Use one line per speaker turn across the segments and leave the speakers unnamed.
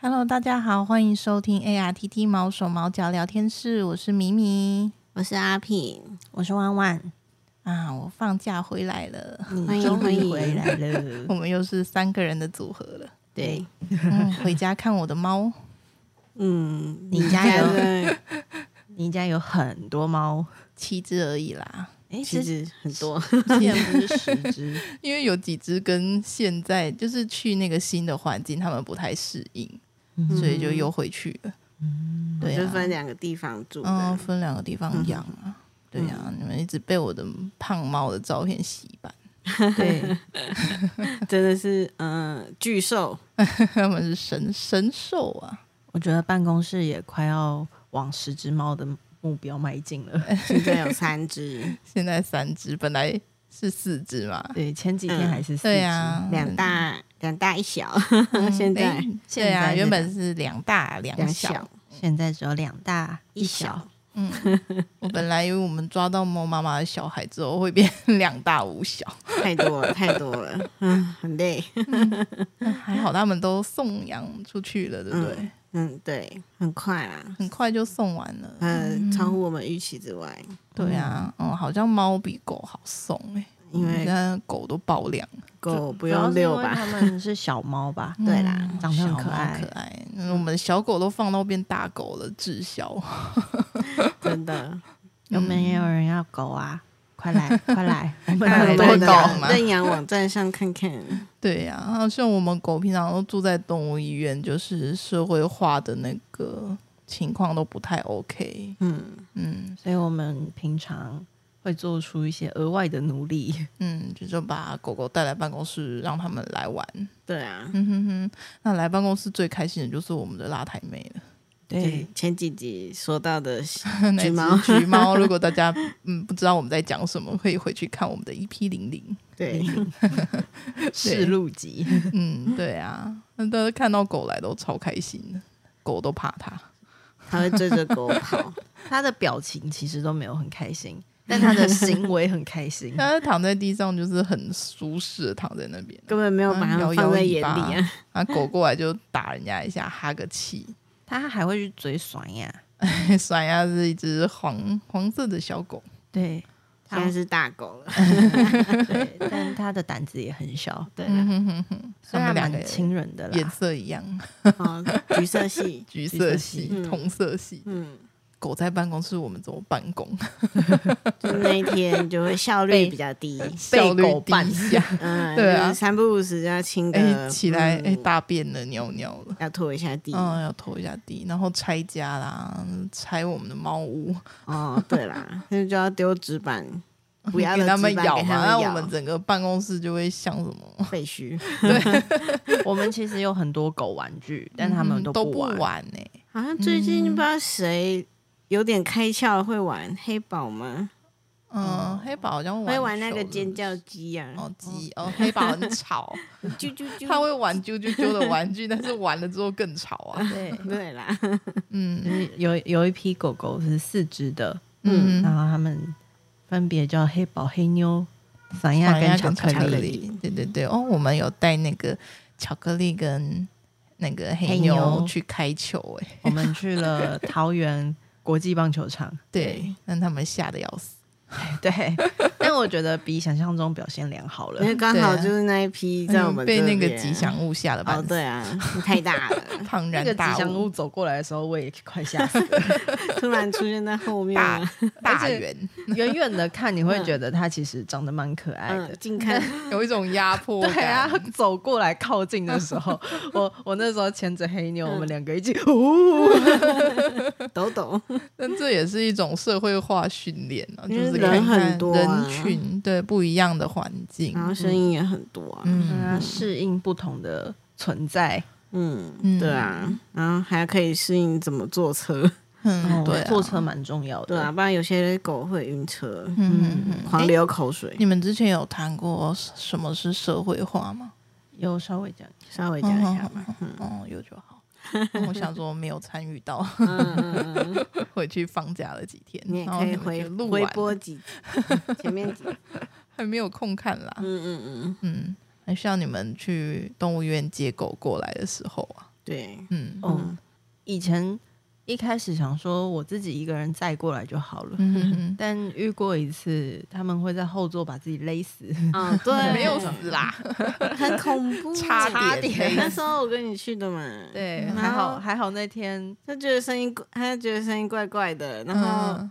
Hello，大家好，欢迎收听 ARTT 毛手毛脚聊天室，我是米米
我是阿平，
我是万万，
啊，我放假回来了，
你
欢迎
嗯终
欢
于
迎
回来 了。
我们又是三个人的组合了。
对，
嗯，回家看我的猫，
嗯，
你家有
的
你家有很多猫，
七只而已啦，
哎，
其
是
实很多，
之前不是十只？
因为有几只跟现在就是去那个新的环境，他们不太适应，所以就又回去了。对、啊，
就分两个地方住
嗯，
哦
的，
分两个地方养啊。对呀、啊，你们一直被我的胖猫的照片洗版，
对，
真的是嗯巨 兽，
他们是神神兽啊！
我觉得办公室也快要往十只猫的目标迈进了。
现在有三只，
现在三只，本来是四只嘛，
对，前几天还是四只
对
嗯
呀、啊，
两大两大一小， 现在
诶对呀、
现在是
原本是两大两
两
小。
小
现在只有两大
一
一
小
小，，
我本来以为我们抓到猫妈妈的小孩之后会变两大五小，
太多了太多 了，嗯，很累，
还好他们都送养出去了，对不对？
嗯，对，很快啦，
很快就送完了。
嗯
呃，超乎我们预期之外，
对啊，嗯，好像猫比狗好送哎、
因
现
为
在狗都爆量，
狗不
嗯主
用
要是因
遛
为
吧，
它们是小猫吧？
对啦
嗯
长得很
小猫
可爱
可爱。嗯我们的小狗都放到变大狗了，滞销。
真的，
有没有人要狗啊？快来，快来，我们
看
来
很多
认
狗
养
嘛
认养网站上看看，
对呀、啊，像我们狗平常都住在动物医院，就是社会化的那个情况都不太 OK。
嗯，
嗯
所以我们平常会做出一些额外的努力。
嗯，就就把狗狗带来办公室，让他们来玩。
对啊，
嗯哼哼，那来办公室最开心的就是我们的辣台妹了。
对，，前几集说到的
那
橘猫
只橘猫，如果大家嗯不知道我们在讲什么，可以回去看我们的 EP 零零。
对，
试录集，
嗯，对啊，那大家看到狗来都超开心的，狗都怕它。。
它会追着狗跑，
他的表情其实都没有很开心，但他的行为很开心
它躺在地上就是很舒适的躺在那边，
根本没有把它放在
嗯
眼
摇
里
摇
啊！
啊，狗过来就打人家一下，哈个气。
他还会去追酸呀，
甩鸭是一只黄黄色的小狗，
对，
现在是大 狗了，
对，但他的胆子也很小，嗯
对，
虽然
两个
蛮亲人的
颜
啦。
色一样，
哦，橘色系，
橘
橘
色
色
系
系、
嗯
同色系。
嗯，
狗在办公室，我们怎么办公？
就是那一天就会效率比较低，
效率
被狗
低
绊
下。
嗯，
对啊
就是三不五时就要清
哎、
个
起来，哎、
嗯
大便了，尿尿了。
要拖一下地。
嗯，要拖一下地，然后拆家啦，拆我们的猫屋，
哦，对啦，那就要丢 纸板，不要
给
的
他
纸板
们
给
咬嘛，
他
那
们
我
咬
们整个办公室就会像什么？
废 墟，
我们其实有很多狗玩具，但他们
嗯都
不玩。
玩呢、
好像最
嗯
近不知道谁有点开窍，会玩黑宝吗？
嗯，黑宝好像
会玩那
手
个
是不
尖
是
叫鸡呀，
哦，鸡哦，黑宝很 吵，
啾啾啾，
他会玩啾啾啾的玩具，但是玩了之后更吵啊。
对，
对啦，
嗯
就是有有一批狗狗是四只的，
嗯，
然后它们分别叫黑宝、黑妞、酸
好
亚
像
跟巧克
巧克
力。
力
对对对，哦，我们有带那个巧克力跟那个黑
黑
牛
牛
去开球、欸，哎，
我们去了桃园国际棒球 场，
对，让他们吓得要死。
对，但我觉得比想象中表现良好了
因。为刚
对啊
好就是那一批在我们
被
这
那个
边
吉祥物吓得半
哦，
死，
对啊，太大了，
庞
那
然
个吉
大
祥物
物，
走过来的时候，我也快吓死了。
突然出现在后面
大
了，
大
而且
圆，
远 远的看，你会
嗯
觉得它其实长得蛮可爱的
嗯，。近看，
有一种压迫
对啊
感。，
走过来靠近的时候，我我那时候牵着黑妞，
嗯
我们两个一起，
抖抖，
但这也是一种社会化训练啊，就
因为
是
人
看看
很多啊
人群对不一样的环境，
然后声音也很多啊，
嗯，
嗯，适应不同的存在。
嗯，
嗯
对啊，然后还可以适应怎么坐车，哦
嗯，对、啊，
坐车蛮重要
对啊，
的。
不然有些狗会晕车，
嗯，嗯嗯
狂流口水，
你们之前有谈过什么是社会化吗？
有稍微讲，嗯
稍微讲一下吧，
哦，有就好。 我想说没有参与到， 回去放假了几天，
嗯你也
然后
可以
们
回
哦就录
回
完
播几集，前面 几，嗯
还没有空看啦。
嗯嗯，
嗯，还需要你们去动物园接狗过来的时候啊，
对，
嗯
嗯，以前一开始想说我自己一个人载过来就好了，
嗯哼
但遇过一次，他们会在后座把自己勒死，
啊，
哼，
对，
嗯没有死啦，
很恐 怖，
差
差
点
点
那时 候我跟你去的嘛，，
对，
嗯
还好还好那天
他觉得声音怪，他觉得声音怪怪的， 然后
嗯，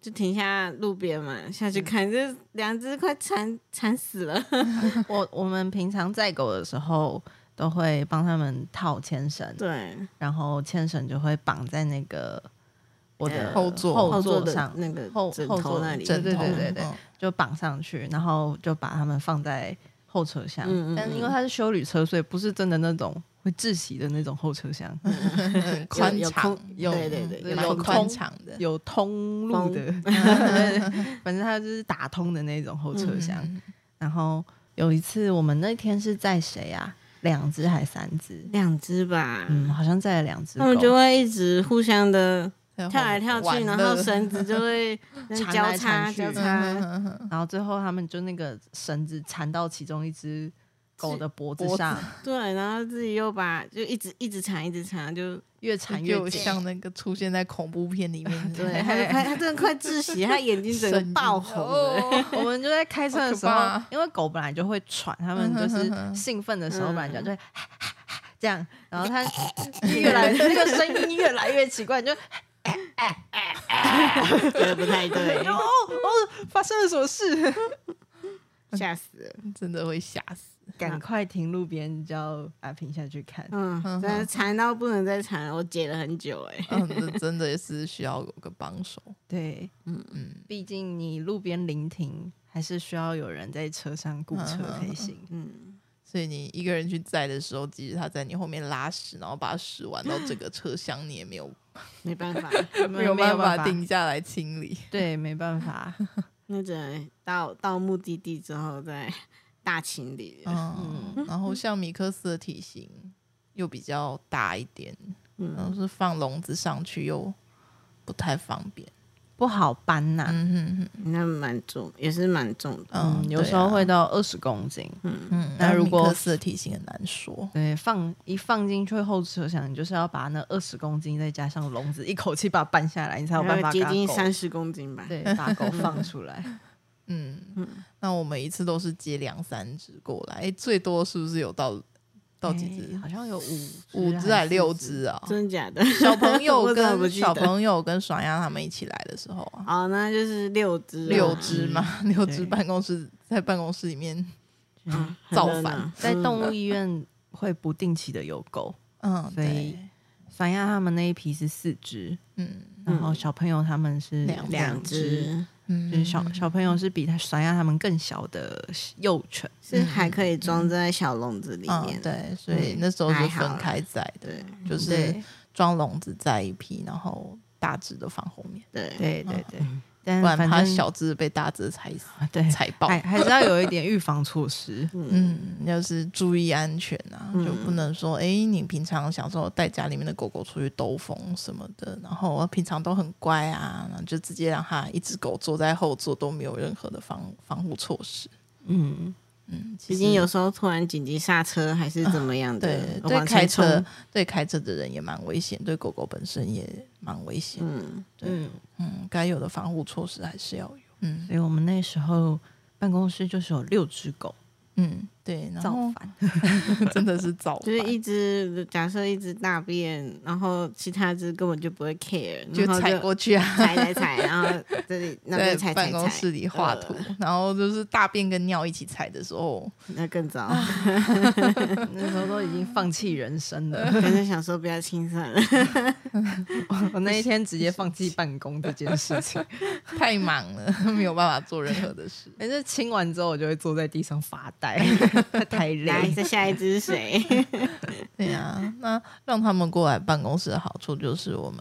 就停下路边嘛，下去看，这两只快缠缠死 了，
我我们平常载狗的时候都会帮他们套牵绳，
对，
然后牵绳就会绑在那个我的
呃
后座
后
座
座
的
上，
那个
后
枕
后
头
座
那里，
枕
对对
头
对对对
嗯
就绑上去，然后就把他们放在后车厢。
嗯嗯
但
嗯
因为它是修旅车，所以不是真的那种会窒息的那种后车厢，
嗯
嗯很宽
有
敞，
空
有
对对对
嗯
有
蛮
空
宽敞的，
有通路的， 反正它就是打通的那种后车厢。
嗯
然后有一次，我们那天是载谁啊？两只还三只？
两只吧，
嗯，好像载了两只
他
狗。
们就会一直互相的
嗯
跳来跳去，然后
绳
绳子就会
缠
交
来
叉
缠
交
去
嗯
嗯
叉，
然后最后他们就那个绳子缠到其中一只狗的脖子
脖子
上，
对，然后自己又把就一直一直缠一直缠，就
越缠越
就
紧。
像那个出现在恐怖片里面的，
对，他就快他真的快窒息，他眼睛 整个爆红了，
哦
我们就在开车的时
好可
候
怕，嗯
因为狗本来就会喘，他们就是兴奋的时候，
嗯
本来就会 这样，然后 它越来 那个声音越来越奇怪，你就
哎
觉得不太 对，
哦哦，发生了什 么事？
吓死了。
真的会吓死。
赶快停路边，叫阿平下去看。
嗯，真的缠到不能再缠了，我解了很久哎、
嗯，这真的是需要有个帮手。
对，
嗯
嗯，
毕竟你路边临停，还是需要有人在车
嗯
上雇车才行。
嗯，
所以你一个人去载的时候，即使他在你后面拉屎，然后把屎玩到整个车厢，你也没有
没办 法，
没有办法停下来清理。
对，没办法。
那只能到到目的地之后再大清理了。
嗯，然后像米克斯的体型又比较大一点，然
嗯
后是放笼子上去又不太方便。
不好搬呐、
嗯哼哼，
那蛮重，也是蛮重的。
嗯，有时候会，到二十公斤，
对啊啊嗯，
那
但
如果
米克斯的体型很难说，
对，放一放进去后车厢，你就是要把那二十公斤再加上笼子，一口气把它搬下来，你才有
哎
办法
还有接
把
近
狗
三十公斤吧。
对，把狗放出来。
嗯
嗯
那我们一次都是接两三只过来，诶最多是不是有到到几只
诶？哎好像有五
五只还
是
六
四
只啊？
真的假的？
小朋友
我怎么不
跟
记得
小朋友跟爽亚他们一起来的时候啊，
哦，那就是六只，
六只嘛，六只
对
办公室在办公室里面，
嗯，
造
很热
反
闹
在动物医院会不定期的有狗，
嗯，
所以
对，
反亚他们那一批是四只，
嗯
然后小朋友他们是
两
两
只。
只
嗯，
就是小小朋友是比他反亚他们更小的幼犬，
是还可以装在小笼子里面
嗯，。对，所以那时候是分开在的，
对
就是装笼子在一批，然后大只的放后面，
对对，
对对对对，但
嗯不然
嗯反
怕
正哎
小只的被大只的踩死
啊对
踩爆。
还还是要有一点预防措施。
嗯，
嗯，要是注意安全啊，
嗯
就不能说哎、诶你平常想说带家里面的狗狗出去兜风什么的，然后平常都很乖啊，然后就直接让它一只狗坐在后座都没有任何的防防护措施。
嗯，
嗯，其
毕
实
竟有时候突然紧急刹车还是怎么样
嗯对
的，
对
往
开
前冲。
车对开车的人也蛮危险，对狗狗本身也蛮危险。
嗯，
嗯，
嗯，该有的防护措施还是要有。嗯
所以我们那时候办公室就是有六只狗
嗯，对，然
造
后
反，
真的是造反，
就是一只假设一只大便，然后其他只根本就不会 care，
就
然后
踩过去啊，
踩踩踩，然后这 里那边
在
踩
办
踩呃
公
踩，
室里画图，然后就是大便跟尿一起踩的时候，
那更糟。
那时候都已经放弃人 生了。
反正想说不要清算了，
我那一天直接放弃办公这件 事情，
太忙了， 没有办法做任何的事。
但是清完之后我就会坐在地上发 呆，太
来
累。
再下一只是谁？
对啊，那让他们过来办公室的好处就是我们。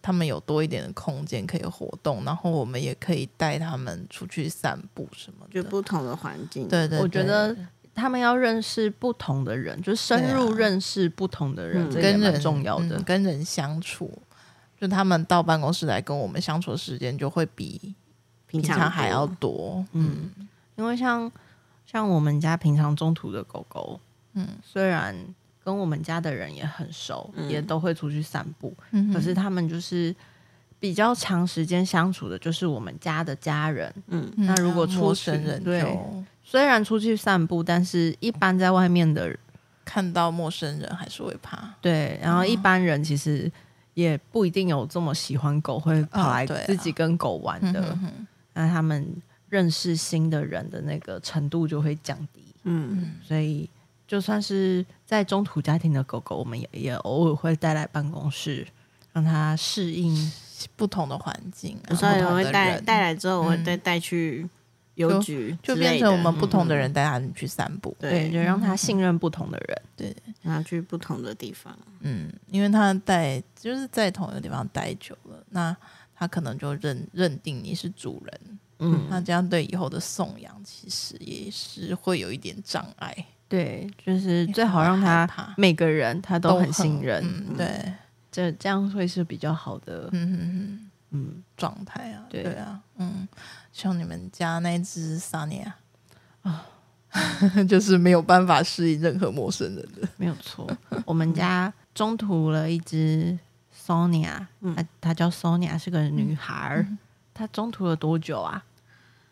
他们有多一点的空间可以活动，然后我们也可以带他们出去散步什么
就
的。
不同的环境，
对对，
我觉
对
得他们要认识不同的人，就是深入
啊
认识不同的人，
嗯
这也
跟人
蛮重要的
嗯。跟人相处，就他们到办公室来跟我们相处的时间就会比平
平常
常还要
多
多。
嗯，因为像像我们家平常中途的狗狗，嗯，虽然。跟我们家的人也很熟，
嗯
也都会出去散步。
嗯哼
可是他们就是比较长时间相处的，就是我们家的家人。
嗯，
嗯
那如果
啊
出
陌
去
生人
对
就
虽然出去散步，但是一般在外面的
看到陌生人还是会怕，
对，然后一
嗯
般人其实也不一定有这么喜欢狗，会跑
哦
来
对啊
自己跟狗玩
嗯
的。
哼哼
那他们认识新的人的那个程度就会降低，
嗯，
所以就算是在中途家庭的狗狗，我们也也偶尔会带来办公室，让它适应。
不同的环境，
有
然
时
后
候
不同
也会
的
带
人
带来之后，我会
嗯
再带去邮局
就
之
变
类
成
的
我们不同的
嗯
人带他们去散步。
对，
对，
就让它信任不同的人。
然后去不同的地方，
嗯，因为他待就是在同一个地方待久了，那他可能就认认定你是主人，
嗯，
那这样对以后的送养其实也是会有一点障碍，
对，就是
你
最
很
好让
害
它
怕
每个人他都很信任，
嗯，对，
这这样会是比较好的
嗯。嗯嗯，
嗯，
状态啊，
对
对啊，嗯，像你们家那只萨尼亚
啊
啊， 就是没有办法适应任何陌生人的，
没有 错。我们家中途了一只 Sonia，、
嗯
她她叫 Sonia，是个女孩儿。她中途了多久啊？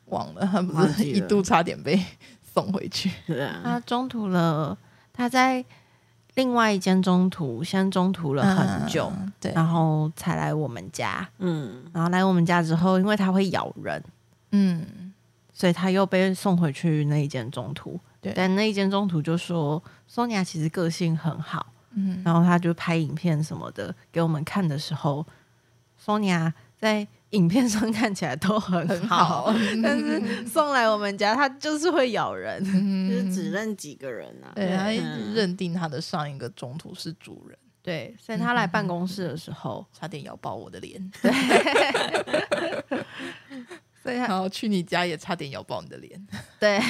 忘了 他不
忘
是
记
一
了
度差点被送回去，
对啊，
她中途了，她在另外一间中途，先中途了很久，
嗯，对，
然后才来我们家。
嗯，
然后来我们家之后，因为她会咬人，
嗯，
所以她又被送回去那一间中途。
对
但那一间中途就说，Sonia 其实个性很好。
嗯，
然后他就拍影片什么的给我们看的时候，Sonia 在影片上看起来都很
很
好，
嗯好，
但是送来我们家，它就是会咬人。
嗯
就是只认几个人啊，
对他一直
嗯
认定他的上一个中途是主人，
对，所以他来办公室的时候，
差点咬爆我的脸，
所以
然
他
后去你家也差点咬爆你的脸，
对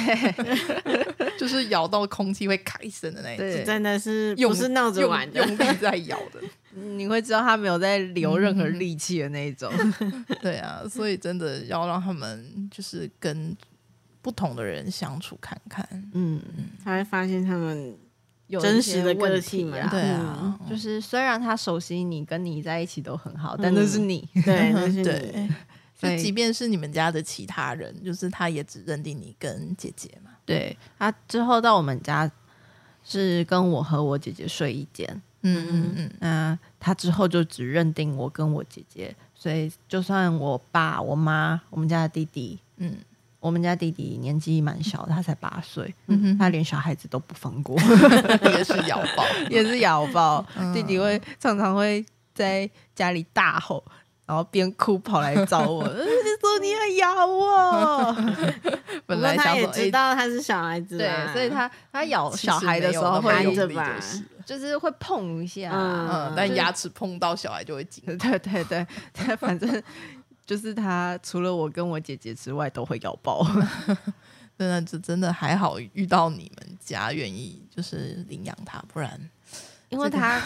就是咬到空气会咔一声的那一种，
对，
真的是
用
不是闹着玩的
用，用力在咬的，
你会知道他没有在留任何力气的那一种。
对啊，所以真的要让他们就是跟不同的人相处看看，
嗯，
才会发现他们
有
真
一些
实的
问
个
题
性嘛
啊。
对啊，
就是虽然他熟悉你，跟你在一起都很好，但那是你。
对，那是你
对。
所
就
以
即便是你们家的其他人，就是他也只认定你跟姐姐嘛。
对他之后到我们家是跟我和我姐姐睡一间，
嗯嗯嗯，
那他之后就只认定我跟我姐姐，所以就算我爸、我妈、我们家的弟弟，
嗯，
我们家弟弟年纪蛮小的，他才八岁，
嗯哼
他连小孩子都不放 过，
也是咬 爆，
也是咬爆。
嗯
弟弟会常常会在家里大吼。然后边哭跑来找 我，呃说你要咬 我。
本
不
来
过他
想
也
说，
知
哎
道他是小孩子啊
对
啦，，
所以他他咬
其实
小孩的
没
时
有
候
那么
会
含
用
着
力
吧
就是了
就是会碰一下，
嗯
嗯，
就
但
是。
牙齿碰到小孩就会 紧
对对对，他反正就是他，除了我跟我姐姐之外，都会咬爆。
真的，这真的还好遇到你们家愿意就是领养它，不然
因为他，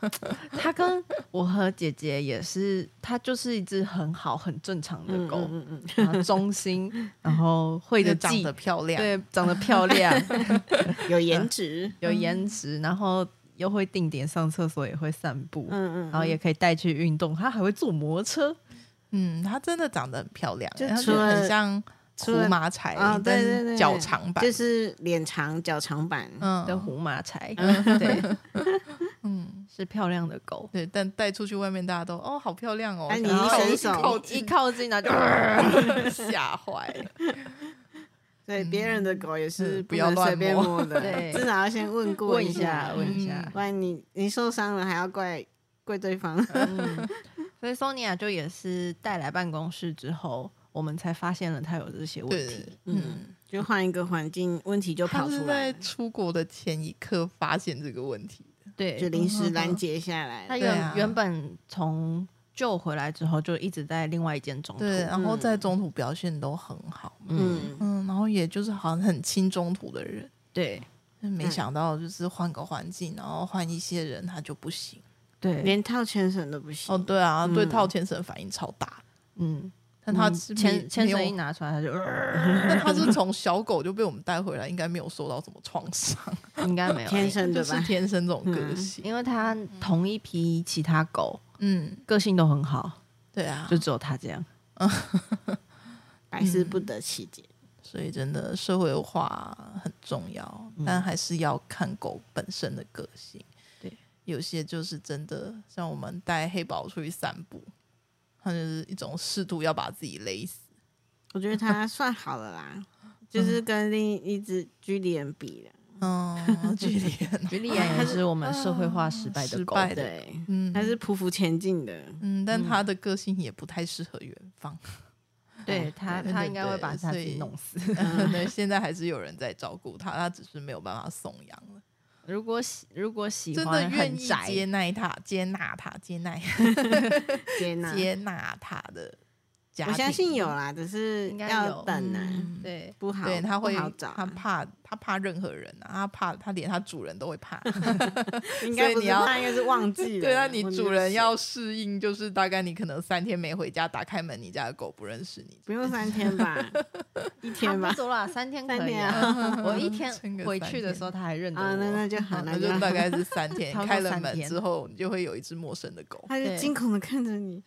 他跟我和姐姐也是，他就是一只很好、很正常的
嗯
狗，
嗯嗯嗯，
然后忠心，然后会的
又长
技
得，漂亮，
对，长得漂亮，
有颜 值，
有颜值，然后又会定点上厕所，也会散步，
嗯嗯，
然后也可以带去运动，他还会坐摩托车。
嗯，它真的长得很漂亮，
就
然后
除
就很
了
像
除
胡
了
马柴
啊，对
但是
对对
脚
对
长版，
就是脸长脚长版，
的
嗯
胡马 柴， 对，
嗯，
是漂亮的狗。
对，但带出去外面大家都哦，好漂亮哦，
哎你
想
一
靠
伸手
靠
一
近
靠近 呢就啊，
吓坏，
对，别人的狗也是
嗯不要
能
乱
随便
摸
摸 的，
对
至少要先问过
问一
下
下，，问一下。
嗯
不然你你受伤了还要怪怪对方，
嗯，所以 Sonia 就也是带来办公室之后，我们才发现了她有这些问
对
题。，
嗯。
嗯， 就换一个环境，问题就
他
跑
是
出
在
来了，
出国的前一刻发现这个问题的，
对，
就临时
嗯
拦截下来
她
了，
对
原、
啊
原本从救回来之后，就一直在另外一间中途。
对，啊然后
嗯
在中途表现都很好，
嗯，
嗯，
嗯，然后也就是好像很亲中途的人，
对
但没
嗯
想到就是换个环境，然后换一些人他就不行。
对，
连套牵绳都不行
哦哦，，对啊，对
嗯
套牵绳反应超大，
嗯，
但它是
嗯
没
牵牵绳
没
一
有
拿出来，它就、
但它是从小狗就被我们带回来，应该没有受到什么创伤，
应该没有，
天生
就
的
是
吧？
天生这种个
嗯
性。
因为它同一批其他狗
嗯，
个性都很好，
对啊
就，只有它这样。
百思
嗯
不得其解。
所以真的社会化很重要，
嗯
但还是要看狗本身的个性。
对，
有些就是真的，像我们带黑宝出去散步，它就是一种试图要把自己勒死。
我 觉得它算好了啦，就是跟另一只居里人比的，
嗯，距离很
举例而言，是我们社会化失败的狗，
失败的
对，
嗯
它是匍匐前进的。
嗯，但它的个性也不太适合远方。
对它
对
它
对
应该会把
对
它自
所以
己弄死。
嗯， 对，现在还是有人在照顾它，它只是没有办法送养了。
如果喜如果喜
真的
欢
愿
很
意接
宅，
纳它、接纳它、接纳
接纳，
接纳它的家
我
庭，
相信有啦，只是
应该
要
有
等啊，
嗯
对
不好，
对，它会
不好找
它
啊，
怕它怕任何人啊，它怕它连它主人都会 怕。
应该
所
不
以你
是
要
怕，应该是 忘记了。
对啊，你
忘记
主
是
人
谁
要适应，就是大概你可能三天没回家，打开门，你家的狗不认识你。
不用三天吧，一天
差
吧
不。多啦，三天可以
三
啊。我一天
撑个
回
三
去的
天
时候，它还认得
啊，那那
我。
就好，
那
就
就大
好。
概是三 天
差，不多
开了
三
门
天
之后，你就会有一只陌生的狗。
他就
对
惊恐的看着 你，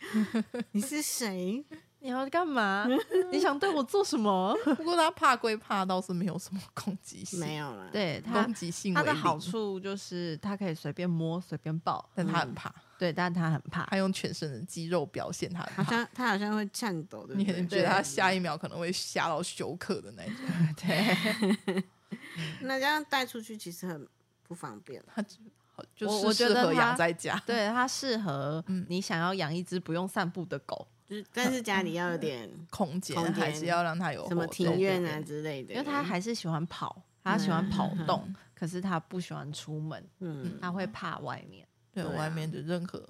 你是谁？
你要干嘛？你想对我做什么？
不过它怕归怕，倒是没有什么攻击性，
没有了，，
对它
攻击性
它
为
的好
零
处就是它可以随便摸、随便抱，
但它很怕，
对，但它很怕。
它用全身的肌肉表现它
好
很怕。
像他好像会颤抖，对
你
不
可
对？
能觉得它下一秒可能会吓到休克的那种，
对，
那这样带出去其实很不方便。
它就好就
我
是
我觉
适
得
合养
它
在家。
对，它适合
嗯
你想要养一只不用散步的狗，
就是，但是家里要有 点
空间
空间
还是要让它有
什么
活动
庭院
哦
啊
对
之类的，
因为它还是喜欢跑，它喜欢跑动，可是它不喜欢出门，
嗯
它会怕外面。
对
对啊
外面的任何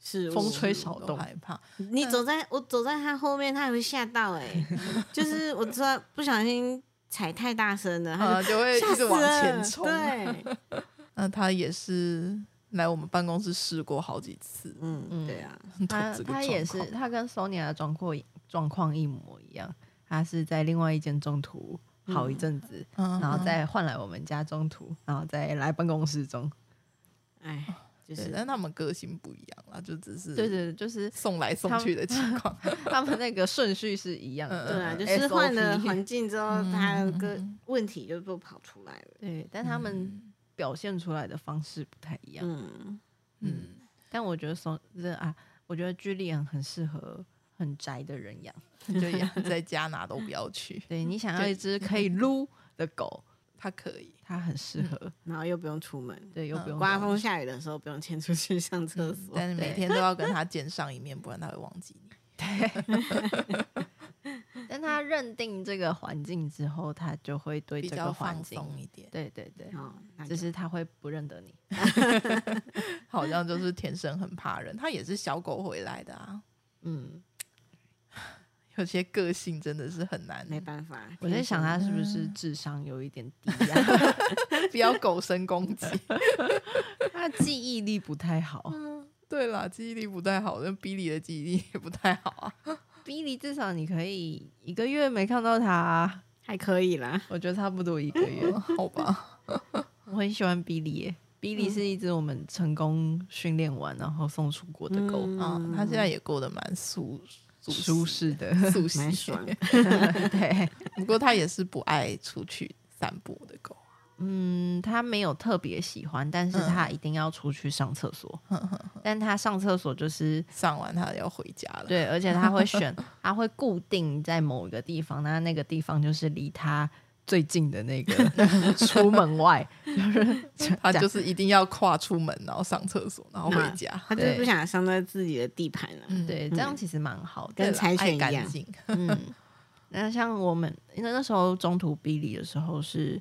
是
风
我
吹草
都
动
害 怕。
你走在我走在它后面，它也会吓到哎、 就是我知道不小心踩太大声了，它
啊，
呃
就会
就
一
吓死
直
了
往前冲。啊
啊
对，
那他也是来我们办公室试过好几次，
嗯，对啊，
他
它它也是，它跟 Sonia 的状况状况一模一样，它是在另外一间中途好一阵子，
嗯
然后再换来我们家中途，然后再来办公室中。
哎，就
对
是，
但他们个性不一样啦，就只是
对对，对就是
送来送
他们
去的情况。
他们那个顺序是一样的。
对啊，
嗯
就是换了
SOP
环境之
嗯
后，它有个问题就都跑出来了。
对，但 他们表现出来的方式不太一样。
嗯，
嗯，
但我觉得松这啊，我觉得居里很很适合很宅的人养。
就也在家哪都不要去，
对你想要一
嗯
只可以撸的狗，
他可以。
它很适
嗯
合。
然后又不用出门，
对，又不用嗯
刮
管
风下雨的时候不用牵出去上厕所。
但是每
对
天都要跟他见上一面，不然他会忘记你。
但它认定这个环境之后，它就会对
比
这
较
个环
放
境，
松一点，嗯
对对对，
哦，那
只
就是
它会不认得你。
好像就是天生很怕人。他也是小狗回来的啊，
嗯，
有些个性真的是很难，
没办法。
我在想它是不是
嗯
智商有一点低啊呀、
不要狗身攻击。
它记忆力不太好。
嗯对啦，记忆力不太好，那 Billy 的记忆力也不太好啊。
比利至少你可以一个月没看到它啊，
还可以啦，
我觉得差不多一 个月。
好吧，
我很喜欢比利耶，比
嗯
利是一只我们成功训练完然后送出国的狗，
啊，他现在也过得蛮舒舒
舒适的，
舒适
蛮爽。
对，
不过他也是不爱出去散步的狗。
嗯，它没有特别喜欢，但
嗯
是它一定要出去上厕所，但它上厕所就是
上完他要回家了，
对，而且它 会选，它会固定在某一个地方，那那个地方就是离它最近 的那个出门外，
他
这样
就是一定要跨出门，然后上厕所，然后回家。
他就是
对
不想伤到自己的地盘了。
嗯
对，这样其实蛮好的
跟。柴犬
爱
一样
干净，
嗯，那像我们那那时候中途比利的时候是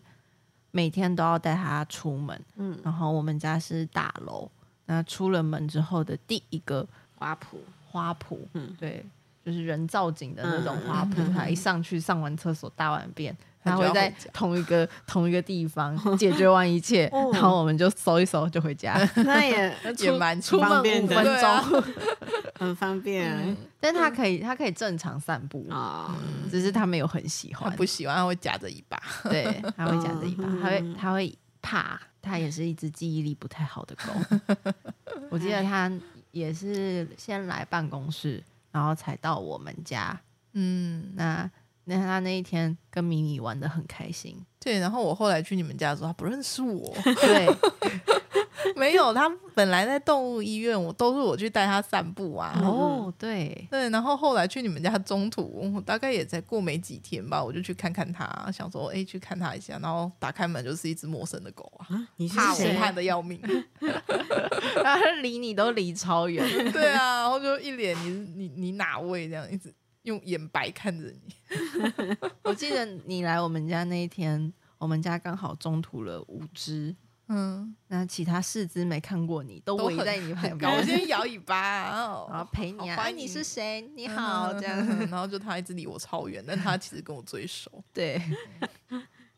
每天都要带他出门，嗯，然后我们家是大楼，那出了门之后的第一个
花圃，
花圃，嗯，对，就是人造景的那种
嗯
花圃，
嗯嗯
它一上去上完厕所大完便，
它
它
就要
会在
回家
同 一个同一个地方解决完一切，
哦
然后我们就搜一搜就 回家，
那也
也蛮
出门
方
五
便
分
的
对啊嗯
钟，
很方便
但它可以它可以正常散步，
啊。
只是它没有很喜
他
欢，
啊 不喜欢，他会夹着尾巴。
对，它会夹着尾巴，
嗯
它会它会怕，它也是一只记忆力不太好的狗。 我记得它也是先来办公室，然后才到我们家。
嗯，
那那它那一天跟迷你玩的很开 心，
对。然后我后来去你们家的时候，他不认识我，
对，
没有。他本来在动物医院，我都是我去带他散步啊。
哦，对，
对，然后后来去你们家中途，我大概也才过没几天吧，我就去看看他，想说哎去看他一下，然后打开门就是一只陌生的狗啊，
啊你是
怕
谁
我？怕的要命。
然后离你都离超远，
对啊，然后就一脸你你你哪位这样，一直用眼白看着你。
我记得你来我们家那一天，我们家刚好中途了五只，
嗯，
那其他四只没看过你，都
都
围
很
在你旁
很高，我
边，
先摇尾巴 啊，
然后
哦
陪你啊，
好
哎
欢迎嗯
你是谁？你好，这样
然后就他一直离我超远，但他其实跟我最 熟，
对，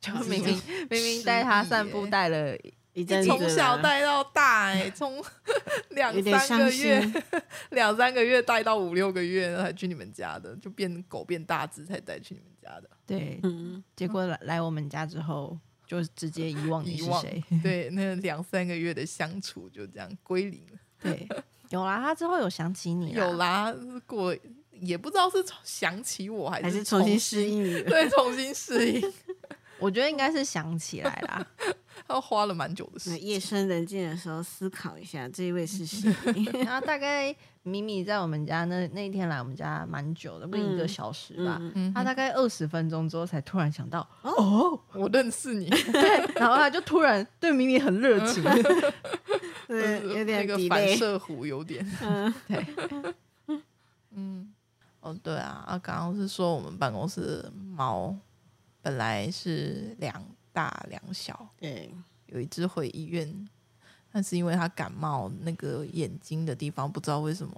就
就是
明明明明带他散步
失忆耶
带了，
一阵子了
从
啊
小带到大、哎， 从两
有点
三
伤
个
心
月。 两三个月带到五六个月，然后才去你们家的，就变狗变大只才带去你们家的。
对，
嗯，
结果来来我们家之后，就直接遗忘你
遗
是
忘
谁，
对，那两三个月的相处就这样归零了。
对，有啦，他之后有想起你，
有，啦，过也不知道是想起我还
还是
是
重新适应你 了。
对重新适应，
我觉得应该是想起来 啦，
他花了蛮久的时
那
间。
夜深人静的时候，思考一下这一位 是谁？
然后大概米米在我们家那那一天来我们家蛮久的，不一个
嗯
小时吧。
嗯，
嗯
他大概二十分钟之后才突然想 到，
我认识你，
然后他就突然对米米很热情，
对，有
那
点
个
delay
反射弧有点。
嗯，
对，
嗯，哦，对啊，啊，刚刚是说我们办公室的猫本来是两大两小，
对，
有一只回医院，但是因为它感冒，那个眼睛的地方不知道为什么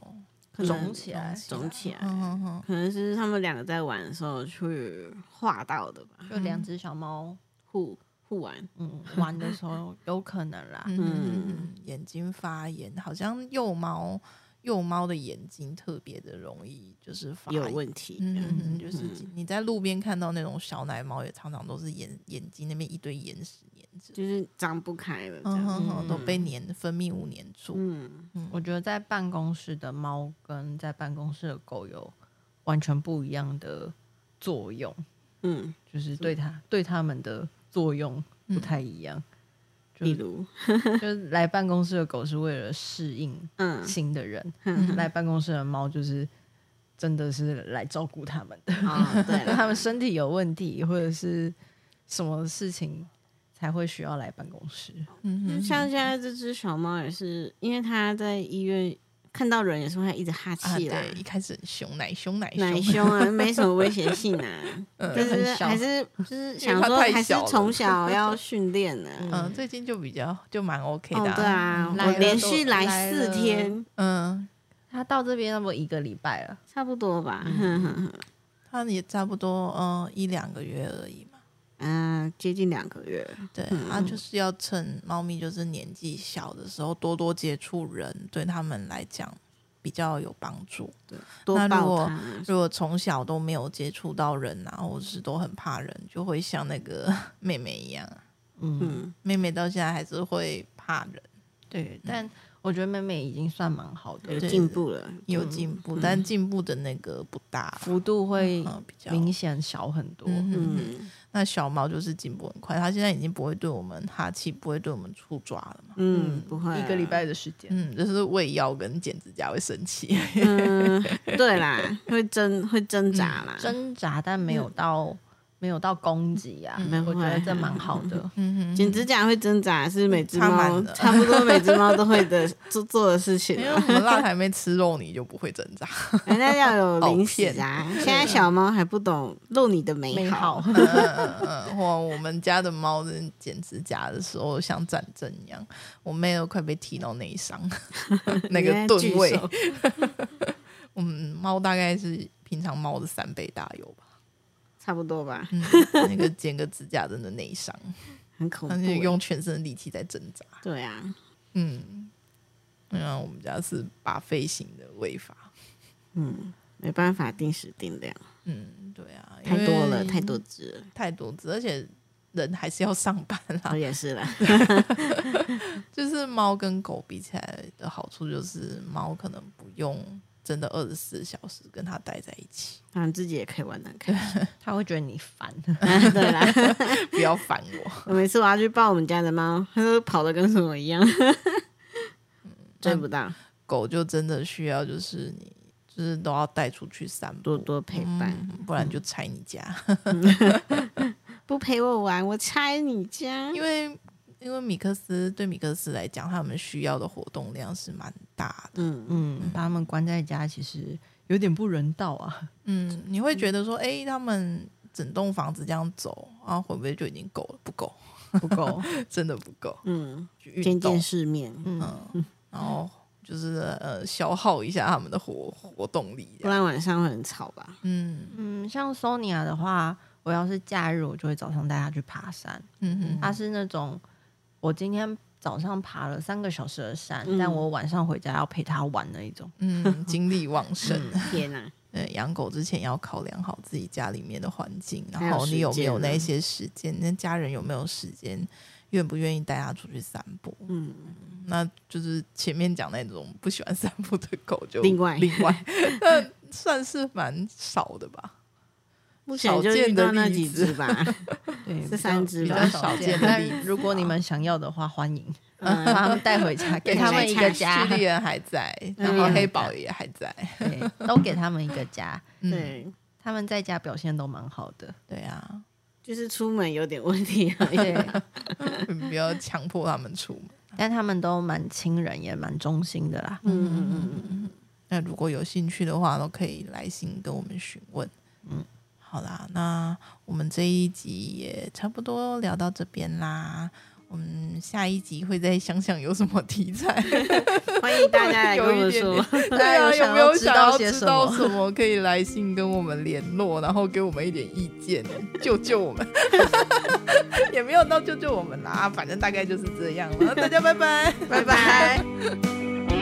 可 能
嗯肿起来
肿起来，
嗯哼哼，
可能是他们两个在玩的时候去画到的吧，
就两只小猫，
互互玩。
嗯，玩的时候有可能啦。
嗯嗯嗯，眼睛发炎，好像幼猫幼猫的眼睛特别的容易就是发
有
炎。
问题，
嗯嗯嗯，
嗯，
就是你在路边看到那种小奶猫，也常常都是眼眼睛那边一堆眼屎黏着，
就是张不开了这
嗯
样。
哼哼，都被黏分泌物黏住。
嗯，
我觉得在办公室的猫跟在办公室的狗有完全不一样的作用，
嗯，
就是对它对它们的作用不太一样。
比如，
就是来办公室的狗是为了适应
嗯，
新的人，
嗯
来办公室的猫就是真的是来照顾他们的，
哦，对
他们
了，
身体有问题或者是什么事情才会需要来办公室。
嗯哼哼，
像现在这只小猫也是，因为它在医院看到人也是会一直哈
啊，
气啦
对，，一开始很凶，奶凶奶
奶
凶，
凶啊，没什么危险性啊，但
很
是
小
还是就是想
因为
说，
它太
还是
小了
从小要训练呢。
嗯，最近就比较就蛮 OK
哦
的，，
对，啊，
来
我
了
连
都
续
来
来四
了
天，
嗯，
他到这边那么一个礼拜了，
差不多吧。哼哼哼
他也差不多嗯、呃一两个月而已嘛。
嗯，接近两个月。
对，啊，就是要趁猫咪就是年纪小的时候多多接触人，对他们来讲比较有帮助。
多
那如
抱
果
它，
如果从小都没有接触到人啊，或者是都很怕人，就会像那个 妹妹一样啊，
嗯，
嗯，
妹妹到现在还是会怕人，
对，但我觉得妹妹已经算蛮好
有
的，
对嗯
进步了。嗯
有进步，但进步的那个不大啦，
幅度嗯会
嗯，比较
明显小很多。
嗯哼
嗯
那小猫就是进步很快，它现在已经不会对我们哈气，不会对我们出爪了嘛。
嗯，不会啊
一个礼。拜的时间，
嗯，就是喂药跟剪指甲会生 气。
嗯，对啦，会挣会挣扎啦，
嗯挣扎但没有到没有到攻击啊，
嗯
我觉得这蛮好的。
嗯
剪指甲会挣扎是每只
插满
猫
了
差不多每只猫都会的 做做的事情
因为
啊。
我们辣台妹吃肉，你就不会挣扎。
人家要有
好
零食
骗
啊！现在小猫还不懂露你的
美
美
好
好，，
嗯嗯嗯，或我们家的猫在剪指甲的时候像战争一样，我妹都快被踢到 内伤。那个
原来
吨
巨
位
兽，
嗯，猫大概是平常猫的三倍大有吧？
差不多吧，
嗯，那个剪个指甲真的内伤，
很恐
它
怖
就
欸。
用全身的力气在挣扎。
对啊，
嗯，那我们家是把飞型的喂法。
嗯，没办法，定时定量，
嗯，对啊，因
太多
为
了，太多只了。
太多只，而且人还是要上班啊啦
我。也 是啦，
就是猫跟狗比起来的好处，就是猫可能不用真的二十四小时跟它待在一起，
他们自己也可以玩的开 心。
他会觉得你烦。
对啦，
不要烦我。
我每次我要去抱我们家的猫，它都跑的跟什么一样，
嗯
追不到，
狗就真的需要，就是你就是都要带出去散步，
多多陪伴。
嗯不然就拆你 家。
不陪我玩，我拆你家。
因为因为米克斯对米克斯来讲，他们需要的活动量是蛮大的。
嗯，
嗯，把他们关在家其实有点不人道 啊。
嗯，你会觉得说，哎、他们整栋房子这样走啊，会不会就已经够了？不够，
不够，
真的不够。
嗯，
去运
见见
动
世面，
嗯，然后就是呃消耗一下他们的活活动力
不。然晚上会很吵吧？
嗯
嗯，像 Sonia 的话，我要是假日，我就会早上带她去爬山。
嗯
她是那种我今天早上爬了三个小时的山，
嗯
但我晚上回家要陪她玩那一种。
嗯
啊
嗯，精力旺盛。
嗯天哪，
呃，养狗之前要考量好自己家里面的环境，
还
然
有
后
时
你有没
间
有那
呢
些时间，那家人有没有时间，愿不愿意带它出去散步？
嗯，
那就是前面讲那种不喜欢散步的狗就
另外
另外， 那算是蛮少的吧。
目前就遇到那几只吧。
对，
是
比较
三只
比
吧
较少见。
比较少
但
见的例
如果你们想要的话， 欢迎把
嗯，
他们带回家，给
给
他
他
们
们
一
看
个
看
家
叙，利人还在， 然
嗯
后黑宝也还在。
对，都给他们一个家。
嗯，
对，
他们在家表现都蛮好的，
对啊，
就是出门有点问题而已。
对，
不要强迫他们出门。
但他们都蛮亲人，也蛮忠心的啦。
嗯嗯嗯嗯，
那如果有兴趣的话，都可以来信跟我们询问。嗯
嗯，
好啦，那我们这一集也差不多聊到这边啦。我们下一集会再想想有什么题 材，
欢迎大家来跟我
有一
们
点
说
点。对啊，
大家有
有
想
没有
要知
想
道
要
些
知
什
道
么
什么？可以来信跟我们联络，然后给我们一点意 见，救救我们！ 也没有到救救我们啦，反正大概就是这样了。大家拜拜。
拜拜。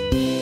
Thank